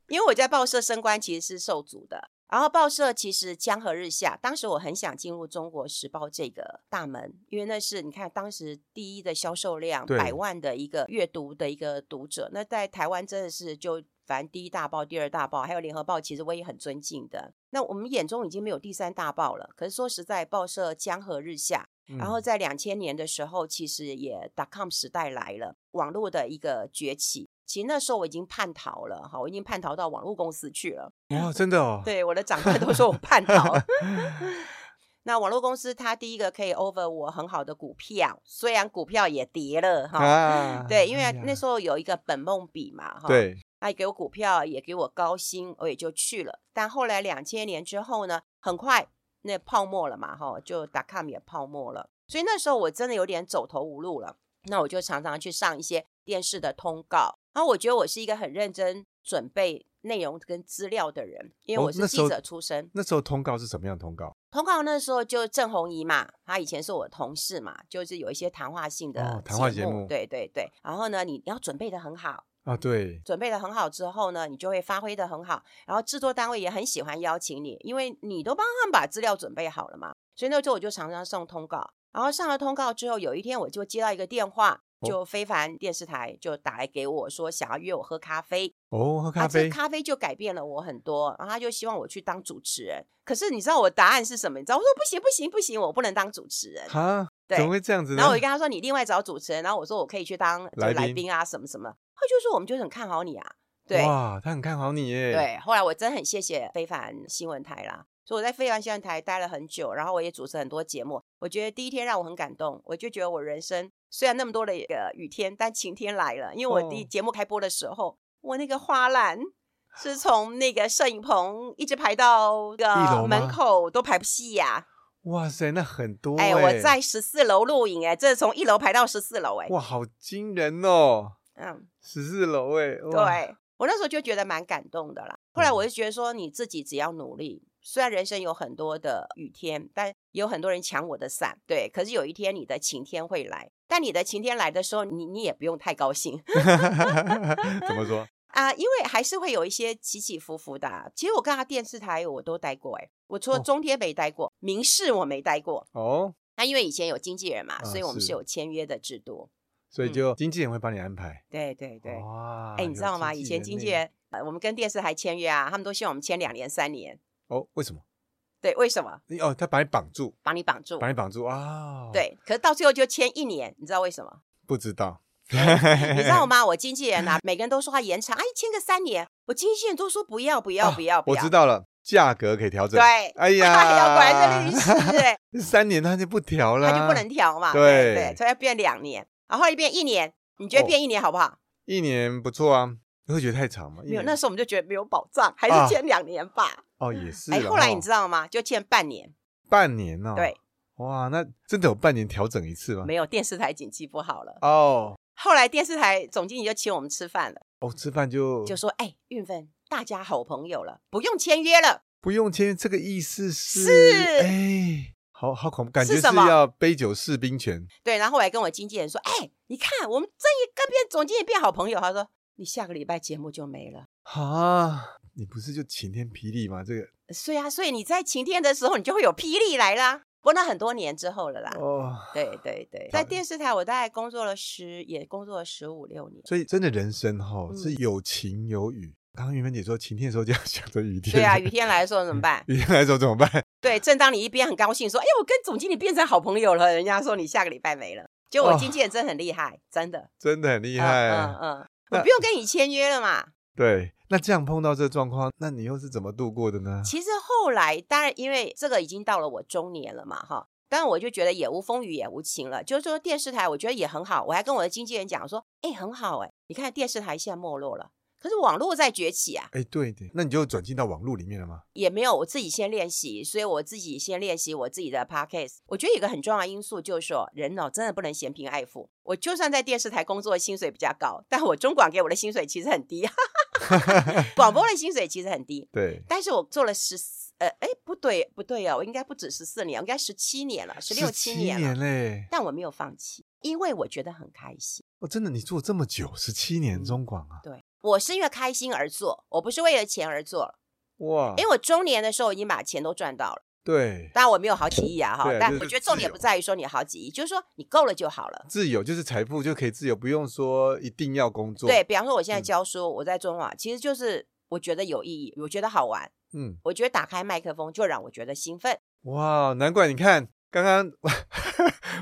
Speaker 2: 因为我在报社升官其实是受阻的，然后报社其实江河日下。当时我很想进入《中国时报》这个大门，因为那是你看当时第一的销售量，
Speaker 1: 对
Speaker 2: 百万的一个阅读的一个读者。那在台湾真的是就反正第一大报、第二大报，还有联合报，其实我也很尊敬的。那我们眼中已经没有第三大报了，可是说实在，报社江河日下，然后
Speaker 1: 嗯
Speaker 2: 在两千年的时候，其实也 dot com 时代来了，网络的一个崛起。其实那时候我已经叛逃了，哈，我已经叛逃到网络公司去了。
Speaker 1: 哇、真的哦，
Speaker 2: 对，我的长官都说我叛逃。 那网络公司它第一个可以 over 我很好的股票，虽然股票也跌了哈。
Speaker 1: 啊
Speaker 2: 对，因为
Speaker 1: 哎呀
Speaker 2: 那时候有一个本梦比嘛，哈，
Speaker 1: 对
Speaker 2: 他哎也给我股票，也给我高薪，我也就去了。但后来两千年之后呢，很快那泡沫了嘛，哈，就 dot com 也泡沫了，所以那时候我真的有点走投无路了。那我就常常去上一些电视的通告，然后我觉得我是一个很认真准备内容跟资料的人，因为
Speaker 1: 哦
Speaker 2: 我是
Speaker 1: 那时
Speaker 2: 记
Speaker 1: 候
Speaker 2: 者出身。
Speaker 1: 那时候通告是什么样的通告？
Speaker 2: 通告那时候就郑红怡嘛，她以前是我同事嘛，就是有一些谈话性的
Speaker 1: 哦谈话节目
Speaker 2: 对对对。然后呢，你你要准备的很好，
Speaker 1: 啊，对，
Speaker 2: 准备的很好之后呢，你就会发挥的很好，然后制作单位也很喜欢邀请你，因为你都帮他们把资料准备好了嘛。所以那时候我就常常送通告，然后上了通告之后，有一天我就接到一个电话，
Speaker 1: 哦
Speaker 2: 就非凡电视台就打来给我说想要约我喝咖啡，
Speaker 1: 哦，喝
Speaker 2: 啊
Speaker 1: 咖
Speaker 2: 这
Speaker 1: 啡，
Speaker 2: 咖啡就改变了我很多，然后他就希望我去当主持人。可是你知道我答案是什么？你知道我说不行不行不行，我不能当主持人。
Speaker 1: 哈，
Speaker 2: 对
Speaker 1: 怎么会这样子呢？
Speaker 2: 然后我就跟他说，你另外找主持人，然后我说我可以去当就
Speaker 1: 来
Speaker 2: 来
Speaker 1: 宾
Speaker 2: 宾啊什么什么，他就说我们就很看好你啊，对。
Speaker 1: 哇，他很看好你耶，，
Speaker 2: 对，后来我真很谢谢非凡新闻台啦，所以我在非凡新闻台待了很久，然后我也主持很多节目。我觉得第一天让我很感动，我就觉得我人生虽然那么多的一个雨天，但晴天来了。因为我第一
Speaker 1: 哦
Speaker 2: 节目开播的时候，我那个花篮是从那个摄影棚一直排到
Speaker 1: 一
Speaker 2: 个
Speaker 1: 楼
Speaker 2: 门
Speaker 1: 吗
Speaker 2: 口都排不细呀、
Speaker 1: 哇塞，那很多哎
Speaker 2: 哎，我在十四楼录影，哎，这是从一楼排到十四楼，哎，
Speaker 1: 哇，好惊人哦，
Speaker 2: 嗯，
Speaker 1: 十四楼哎，哇，
Speaker 2: 对我那时候就觉得蛮感动的啦。后来我就觉得说，你自己只要努力，虽然人生有很多的雨天，但有很多人抢我的伞，对。可是有一天你的晴天会来，但你的晴天来的时候，你你也不用太高兴
Speaker 1: 怎么说？
Speaker 2: 啊，因为还是会有一些起起伏伏的啊、其实我各大电视台我都待过、欸，我除了
Speaker 1: 哦
Speaker 2: 中天没待过，民视我没待过。
Speaker 1: 哦，
Speaker 2: 那因为以前有经纪人嘛，
Speaker 1: 啊
Speaker 2: 所以我们
Speaker 1: 是
Speaker 2: 是有签约的制度。
Speaker 1: 所以
Speaker 2: 嗯
Speaker 1: 就经纪人会帮你安排，
Speaker 2: 对对对。
Speaker 1: 哇，
Speaker 2: 哎、你知道吗？以前经纪人，呃，我们跟电视台签约啊，他们都希望我们签两年、三年。
Speaker 1: 哦，为什么？
Speaker 2: 对，为什么
Speaker 1: 你哦，他把你绑住，
Speaker 2: 把你绑住
Speaker 1: 把？你绑住啊、哦！，
Speaker 2: 对，可是到最后就签一年，你知道为什么？
Speaker 1: 不知道，
Speaker 2: 你知 道吗？我经纪人啊，每个人都说他延长，哎，签个三年，我经纪人都说不要，不要，
Speaker 1: 啊
Speaker 2: 不要，不
Speaker 1: 我
Speaker 2: 要。
Speaker 1: 知道了，价格可以调整。
Speaker 2: 对，
Speaker 1: 哎呀，
Speaker 2: 要果然是律师， 哎，
Speaker 1: 三年他就不调了，啊
Speaker 2: 他就不能调
Speaker 1: 嗯
Speaker 2: 嘛。
Speaker 1: 对
Speaker 2: 对，所以要变两年，然后后来变一年，你觉得
Speaker 1: 哦
Speaker 2: 变一年好不好？
Speaker 1: 一年不错啊，你会觉得太长吗？一
Speaker 2: 没有，
Speaker 1: 年
Speaker 2: 那时候我们就觉得没有保障，还
Speaker 1: 啊
Speaker 2: 是签两年吧。
Speaker 1: 哦也是啦
Speaker 2: 哎，
Speaker 1: 哦，
Speaker 2: 后来你知道吗？就签半年，
Speaker 1: 半年哦，
Speaker 2: 对，
Speaker 1: 哇，那真的有半年调整一次吗？
Speaker 2: 没有电视台景气不好了。
Speaker 1: 哦
Speaker 2: 后来电视台总经理就请我们吃饭了。
Speaker 1: 哦，吃饭就
Speaker 2: 就说：“哎、运芬，大家好朋友了，不用签约了。
Speaker 1: 不用签，这个意思是
Speaker 2: 是
Speaker 1: 哎，好好恐怖，感觉
Speaker 2: 是
Speaker 1: 是
Speaker 2: 什么
Speaker 1: 要杯酒释兵权，
Speaker 2: 对，然后后来跟我经纪人说：“哎、你你看我们这一跟变总经理变好朋友。”他说：“你下个礼拜节目就没了。
Speaker 1: 啊，你不是就晴天霹雳吗？这个”
Speaker 2: 所以啊，所以你在晴天的时候，你就会有霹雳来啦。不过那很多年之后了啦。
Speaker 1: 哦，
Speaker 2: 对对对，在电视台我大概工作了十，也工作了十五六 年。
Speaker 1: 所以真的人生哈、
Speaker 2: 嗯
Speaker 1: 是有晴有雨。刚刚云芬姐说晴天的时候就要想着雨天，
Speaker 2: 对啊，雨天来的时候怎么办？
Speaker 1: 雨天来的时候怎么办？
Speaker 2: 对，正当你一边很高兴说：“哎，我跟总经理变成好朋友了。”人家说你下个礼拜没了。结果
Speaker 1: 哦
Speaker 2: 我经纪人真的很厉害，真的
Speaker 1: 真的很厉害。啊
Speaker 2: 嗯嗯嗯，
Speaker 1: 那
Speaker 2: 我不用跟你签约了嘛。
Speaker 1: 对，那这样碰到这状况，那你又是怎么度过的呢？
Speaker 2: 其实后来，当然因为这个已经到了我中年了嘛，哈，当然我就觉得也无风雨也无晴了。就是说电视台，我觉得也很好，我还跟我的经纪人讲说，哎，很好哎、你看电视台现在没落了，可是网络在崛起啊，
Speaker 1: 哎，对对，那你就转进到网络里面了吗？
Speaker 2: 也没有我自己先练习，所以我自己先练习我自己的 podcast。我觉得有一个很重要的因素就是说，人哦真的不能嫌贫爱富。我就算在电视台工作，薪水比较高，但我中广给我的薪水其实很低， 广播的薪水其实很低。
Speaker 1: 对，
Speaker 2: 但是我做了十四，呃，哎，不对，不对哦，我应该不止十四年，我应该十七年了，十六
Speaker 1: 七
Speaker 2: 七年了。
Speaker 1: 嘞！
Speaker 2: 但我没有放弃，因为我觉得很开心。
Speaker 1: 哦，真的，你做这么久，十七
Speaker 2: 嗯
Speaker 1: 年中广啊，
Speaker 2: 对我是因为开心而做，我不是为了钱而做了。
Speaker 1: 哇
Speaker 2: 因为我中年的时候已经把钱都赚到了，
Speaker 1: 对，
Speaker 2: 当然我没有好几亿啊哈
Speaker 1: 对啊，
Speaker 2: 但
Speaker 1: 就是
Speaker 2: 我觉得重点
Speaker 1: 自由
Speaker 2: 不在于说你好几亿，就是说你够了就好了。
Speaker 1: 自由就是财富就可以自由，不用说一定要工作。
Speaker 2: 对，比方说我现在
Speaker 1: 嗯
Speaker 2: 教书，我在中华，其实就是我觉得有意义，我觉得好玩，
Speaker 1: 嗯，
Speaker 2: 我觉得打开麦克风就让我觉得兴奋。
Speaker 1: 哇，难怪你看刚刚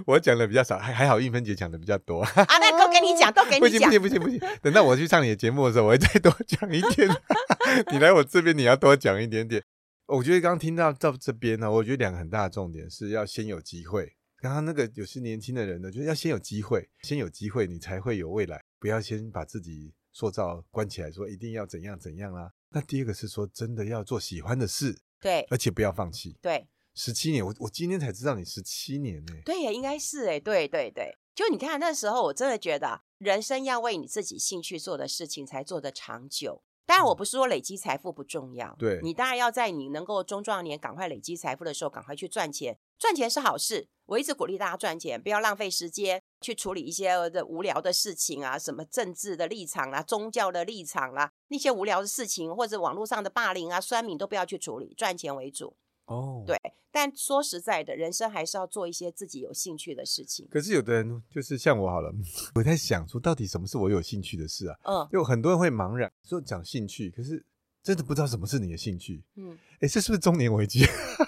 Speaker 1: 我讲的比较少，还还好运芬姐讲的比较多。
Speaker 2: 啊，那都跟你讲，都给
Speaker 1: 不
Speaker 2: 你
Speaker 1: 行
Speaker 2: 讲
Speaker 1: 不。行不行不行， 等到我去上你的节目的时候，我会再多讲一点。 你来我这边，你要多讲一点点。我觉得刚刚听到到这边呢，我觉得两个很大的重点是要先有机会。刚刚那个有些年轻的人呢，就是要先有机会，先有机会你才会有未来，不要先把自己塑造关起来，说一定要怎样怎样啦、那第二个是说，真的要做喜欢的事，
Speaker 2: 对
Speaker 1: 而且不要放弃。
Speaker 2: 对，
Speaker 1: 十七年，我我今天才知道你十七年呢、
Speaker 2: 对耶，应该是哎，对对对，就你看那时候，我真的觉得啊人生要为你自己兴趣做的事情才做得长久。当然，我不是说累积财富不重要，
Speaker 1: 对
Speaker 2: 你当然要在你能够中壮年赶快累积财富的时候，赶快去赚钱。赚钱是好事，我一直鼓励大家赚钱，不要浪费时间去处理一些呃的无聊的事情啊，什么政治的立场啦、啊宗教的立场啦、那些无聊的事情，或者网络上的霸凌啊、酸民都不要去处理，赚钱为主。
Speaker 1: 哦，
Speaker 2: 对，但说实在的，人生还是要做一些自己有兴趣的事情。
Speaker 1: 可是有的人就是像我好了，我在想说，到底什么是我有兴趣的事啊？
Speaker 2: 嗯
Speaker 1: 有很多人会茫然说讲兴趣，可是真的不知道什么是你的兴趣。
Speaker 2: 嗯，
Speaker 1: 哎，这是不是中年危机？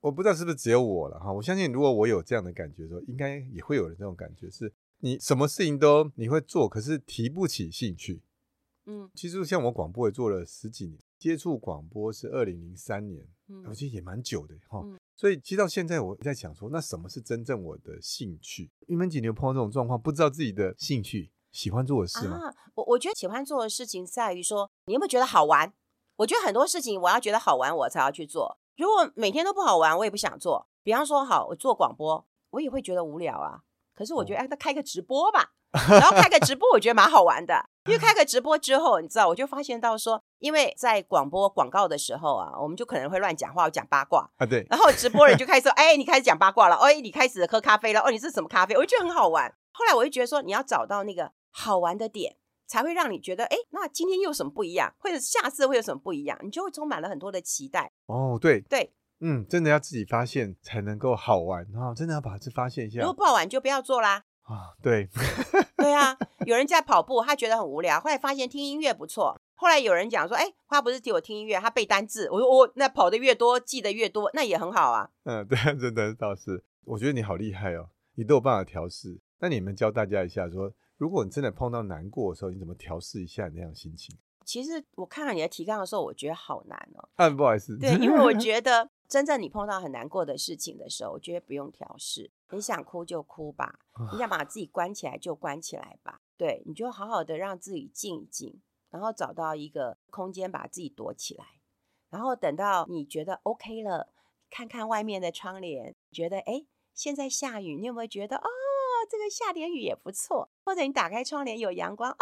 Speaker 1: 我不知道是不是只有我了哈。我相信，如果我有这样的感觉的时候，应该也会有人这种感觉是，你什么事情都你会做，可是提不起兴趣。
Speaker 2: 嗯
Speaker 1: 其实像我广播也做了十几年，接触广播是二零零三年，我
Speaker 2: 嗯
Speaker 1: 觉得也蛮久的哈。
Speaker 2: 嗯
Speaker 1: 所以，其实到现在，我在想说，那什么是真正我的兴趣？玉门姐，你有碰到这种状况，不知道自己的兴趣、喜欢做的事吗？
Speaker 2: 啊，我我觉得喜欢做的事情在于说，你有没有觉得好玩？我觉得很多事情我要觉得好玩，我才要去做。如果每天都不好玩，我也不想做。比方说，好，我做广播，我也会觉得无聊啊。可是我觉得，哎，那开个直播吧，然后开个直播，我觉得蛮好玩的。因为开个直播之后，你知道，我就发现到说，因为在广播广告的时候啊，我们就可能会乱讲话，讲八卦。
Speaker 1: 啊，对，
Speaker 2: 然后直播人就开始说：“哎，你开始讲八卦了，哎，你开始喝咖啡了，哦，你是什么咖啡？”我就觉得很好玩。后来我就觉得说，你要找到那个好玩的点，才会让你觉得，哎，那今天又有什么不一样，或者下次会有什么不一样，你就会充满了很多的期待。
Speaker 1: 哦，对，
Speaker 2: 呃对，
Speaker 1: 嗯，真的要自己发现才能够好玩啊、真的要把这发现一下
Speaker 2: 如果不好玩，就不要做啦。
Speaker 1: 啊，对，
Speaker 2: 对啊，有人在跑步，他觉得很无聊，后来发现听音乐不错。后来有人讲说，哎，他不是替我听音乐，他背单字。我说哦，那跑的越多，记得越多，那也很好啊。
Speaker 1: 嗯，对，真的倒是，我觉得你好厉害哦，你都有办法调试。那你们教大家一下说，如果你真的碰到难过的时候，你怎么调试一下你那样的心情？
Speaker 2: 其实我看了你的提纲的时候，我觉得好难哦。
Speaker 1: 啊，不好意思，
Speaker 2: 对，因为我觉得真正你碰到很难过的事情的时候，我觉得不用调试，你想哭就哭吧，你想把自己关起来就关起来吧，对，你就好好的让自己静一静，然后找到一个空间把自己躲起来，然后等到你觉得 OK 了，看看外面的窗帘，觉得诶现在下雨，你有没有觉得哦，这个下点雨也不错？或者你打开窗帘有阳光，哦，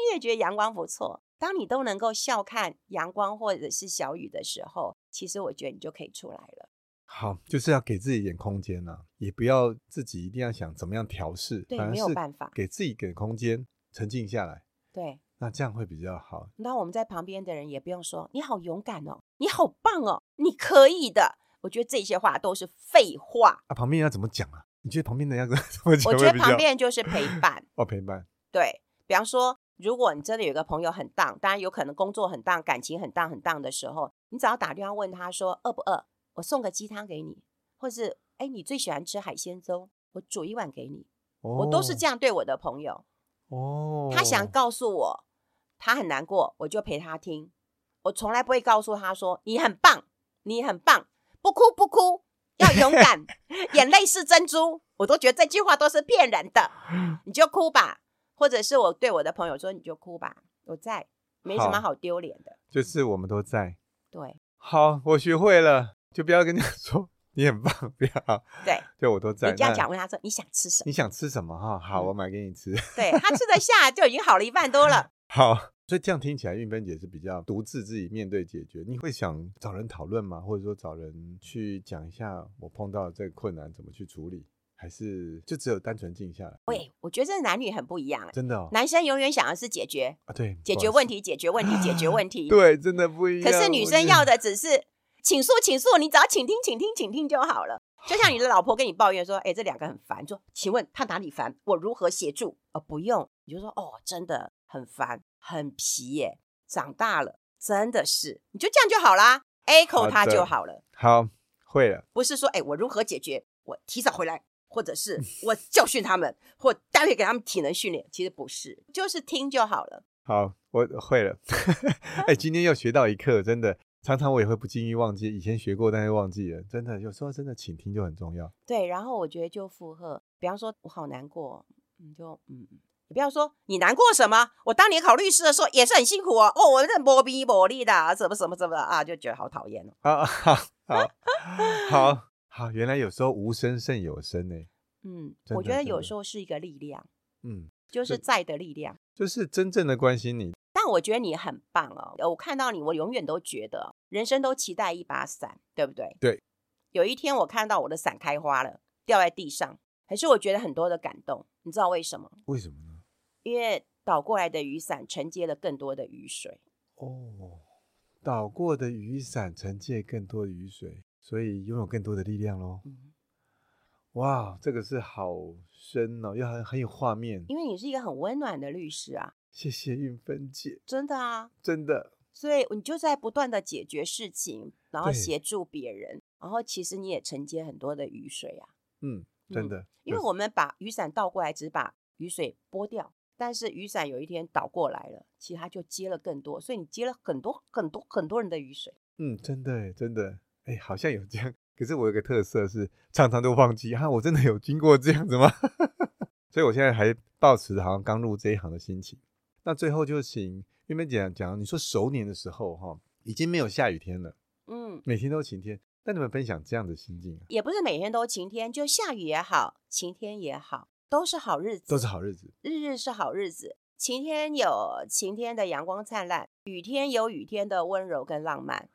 Speaker 2: 你也觉得阳光不错。当你都能够笑看阳光或者是小雨的时候，其实我觉得你就可以出来了。
Speaker 1: 好，就是要给自己一点空间呐、也不要自己一定要想怎么样调试，
Speaker 2: 对
Speaker 1: 反而
Speaker 2: 没有
Speaker 1: 是
Speaker 2: 办法
Speaker 1: 给自己一点空间，沉静下来，
Speaker 2: 对，
Speaker 1: 那这样会比较好。
Speaker 2: 那我们在旁边的人也不用说，你好勇敢哦，你好棒哦，你可以的。我觉得这些话都是废 话。
Speaker 1: 啊，旁边人要怎么讲啊？你觉得旁边的人要怎 怎么讲会
Speaker 2: 我
Speaker 1: 比较？
Speaker 2: 觉得旁边人就是陪伴，
Speaker 1: 哦，陪伴，
Speaker 2: 对，比方说，如果你真的有一个朋友很荡，当然有可能工作很荡，感情很荡很荡的时候，你只要打电话问他说饿不饿，我送个鸡汤给你，或是哎你最喜欢吃海鲜粥，我煮一碗给你。我都是这
Speaker 1: 样
Speaker 2: 样对我的朋友，
Speaker 1: 哦。
Speaker 2: 他想告诉我他很难过，我就陪他听。我从来不会告诉他说你很棒，你很棒，不哭不哭，要勇敢，眼泪是珍珠。我都觉得这句话都是骗人 的，你就哭吧，或者是我对我的朋友说你就哭吧，我在，没什么
Speaker 1: 好
Speaker 2: 好丢脸的。
Speaker 1: 就是我们都在。
Speaker 2: 对
Speaker 1: 好，我学会了，就不要跟人家 说你很棒，不要，
Speaker 2: 对，
Speaker 1: 对我都在。
Speaker 2: 人家
Speaker 1: 那
Speaker 2: 讲问他说你想吃什么，
Speaker 1: 你想吃什么哈？好，
Speaker 2: 嗯
Speaker 1: 我买给你吃。
Speaker 2: 对他吃得下就已经好了一半多 了。
Speaker 1: 好，所以这样听起来，运芬姐是比较独自自己面对解决。你会想找人讨论吗？或者说找人去讲一下我碰到的这个困难怎么去处理？还是就只有单纯静下来？
Speaker 2: 喂，我觉得这男女很不一样、欸，
Speaker 1: 真的哦，
Speaker 2: 男生永远想的是解决，
Speaker 1: 啊，对，
Speaker 2: 解
Speaker 1: 不好
Speaker 2: 决
Speaker 1: 意思
Speaker 2: 问，题，解决问题，解决问题。
Speaker 1: 对，真的不一样。
Speaker 2: 可是女
Speaker 1: 我
Speaker 2: 生
Speaker 1: 觉
Speaker 2: 要
Speaker 1: 得
Speaker 2: 的只是请诉，请诉，你只要请听，请听，请听就好了。就像你的老婆跟你抱怨说：“哎、这两个很烦。”说：“请问他哪里烦？我如何协助？”哦，不用，你就说：“哦，真的很烦，很皮耶，长大了真的是。”你就这样就好啦
Speaker 1: 好
Speaker 2: ，echo 他
Speaker 1: 的
Speaker 2: 就好了，
Speaker 1: 好会了，
Speaker 2: 不是说：“哎、我如何解决？我提早回来，或者是我教训他们，或待会给他们体能训练。”其实不是，就是听就好了。
Speaker 1: 好，我会了。 哎、今天又学到一课，真的。常常我也会不经意忘记以前学过，但是忘记了。真的，有时候真的倾听就很重要。
Speaker 2: 对，然后我觉得就附和，比方说我好难过，哦你就嗯，你不要说你难过什么，我当年考律师的时候也是很辛苦哦，哦，我这磨逼磨力的啊，什么什么什么的啊，就觉得好讨厌哦。
Speaker 1: 啊，好，好，好，好，原来有时候无声胜有声欸呢。
Speaker 2: 嗯，
Speaker 1: 真
Speaker 2: 我
Speaker 1: 的
Speaker 2: 觉得
Speaker 1: 真
Speaker 2: 有
Speaker 1: 的
Speaker 2: 时候是一个力量，
Speaker 1: 嗯，
Speaker 2: 就是
Speaker 1: 这
Speaker 2: 在的力量。
Speaker 1: 就是真正的关心你。
Speaker 2: 但我觉得你很棒哦，呃我看到你，我永远都觉得哦人生都期待一把伞，对不对？
Speaker 1: 对。
Speaker 2: 有一天我看到我的伞开花了，掉在地上，还是我觉得很多的感动，你知道为什么？
Speaker 1: 为什么呢？
Speaker 2: 因为倒过来的雨伞承接了更多的雨水。
Speaker 1: 哦，倒过的雨伞承借更多的雨水，所以拥有更多的力量喽。
Speaker 2: 嗯，
Speaker 1: 哇，这个是好深哦，又很很有画面。
Speaker 2: 因为你是一个很温暖的律师啊，
Speaker 1: 谢谢运芬姐，
Speaker 2: 真的啊，
Speaker 1: 真的
Speaker 2: 所以你就在不断的解决事情，然后
Speaker 1: 对
Speaker 2: 协助别人，然后其实你也承接很多的雨水啊，
Speaker 1: 真
Speaker 2: 嗯
Speaker 1: 的，
Speaker 2: 因为我们把雨伞倒过来，只把雨水拨掉，但是雨伞有一天倒过来了，其实它就接了更多，所以你接了很多很多很多人的雨水。
Speaker 1: 嗯，真的耶，真的，哎，好像有这样。可是我有个特色是，常常都忘记啊，我真的有经过这样子吗？ 所以我现在还抱持着好像刚入这一行的心情。那最后就请玉梅姐讲讲，你说熟年的时候哈、已经没有下雨天了，
Speaker 2: 嗯，
Speaker 1: 每天都晴天。那你们分享这样的心境啊，
Speaker 2: 也不是每天都晴天，就下雨也好，晴天也好，都是好日子，啊
Speaker 1: 都是好日子。
Speaker 2: 日日是好日子，晴天有晴天的阳光灿烂，雨天有雨天的温柔跟浪漫。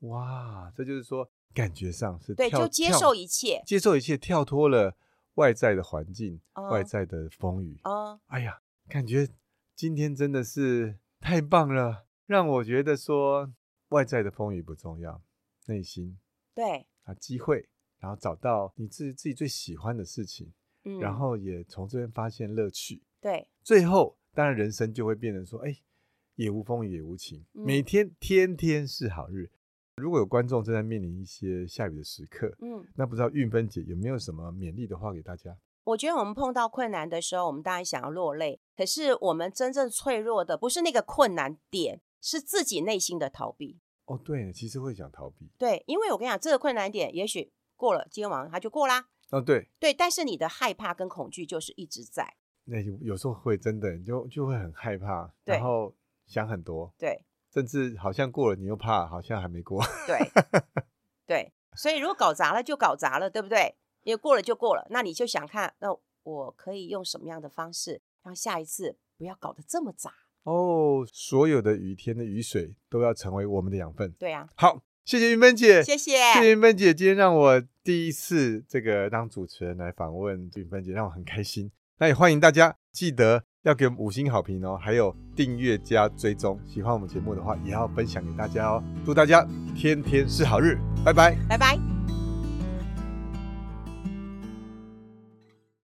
Speaker 1: 哇，这就是说感觉上是
Speaker 2: 对，
Speaker 1: 跳
Speaker 2: 就接
Speaker 1: 跳
Speaker 2: 受一切。
Speaker 1: 接受一切，跳脱了外在的环境、外
Speaker 2: 嗯
Speaker 1: 在的风雨。
Speaker 2: 嗯，
Speaker 1: 哎呀，感觉今天真的是太棒了，让我觉得说外在的风雨不重要，内心
Speaker 2: 对，
Speaker 1: 啊机会，然后找到你自己自己最喜欢的事情，
Speaker 2: 嗯，
Speaker 1: 然后也从这边发现乐趣。
Speaker 2: 对，
Speaker 1: 最后，当然人生就会变成说，哎，也无风雨也无晴，每
Speaker 2: 嗯
Speaker 1: 天天天是好日。如果有观众正在面临一些下雨的时刻，
Speaker 2: 嗯，
Speaker 1: 那不知道运芬姐有没有什么勉励的话给大家？
Speaker 2: 我觉得我们碰到困难的时候，我们当然想要落泪，可是我们真正脆弱的不是那个困难点，是自己内心的逃避。
Speaker 1: 哦，对，其实会想逃避。
Speaker 2: 对，因为我跟你讲，这个困难点也许过了，今天晚上它就过啦。
Speaker 1: 哦，对，
Speaker 2: 对，但是你的害怕跟恐惧就是一直在。
Speaker 1: 那有有时候会真的，你就就会很害怕，
Speaker 2: 对
Speaker 1: 然后想很多，
Speaker 2: 对
Speaker 1: 甚至好像过了你又怕，好像还没过。
Speaker 2: 对对，所以如果搞砸了就搞砸了，对不对？也过了就过了，那你就想看，那我可以用什么样的方式，让下一次不要搞得这么砸？
Speaker 1: 哦，所有的雨天的雨水都要成为我们的养分。
Speaker 2: 对啊，
Speaker 1: 好，谢谢云芬姐，
Speaker 2: 谢谢，
Speaker 1: 谢谢云芬姐，今天让我第一次这个当主持人来访问云芬姐，让我很开心。那也欢迎大家记得要给我们五星好评哦，还有订阅加追踪。喜欢我们节目的话，也要分享给大家哦。祝大家天天是好日，拜拜。
Speaker 2: 拜拜。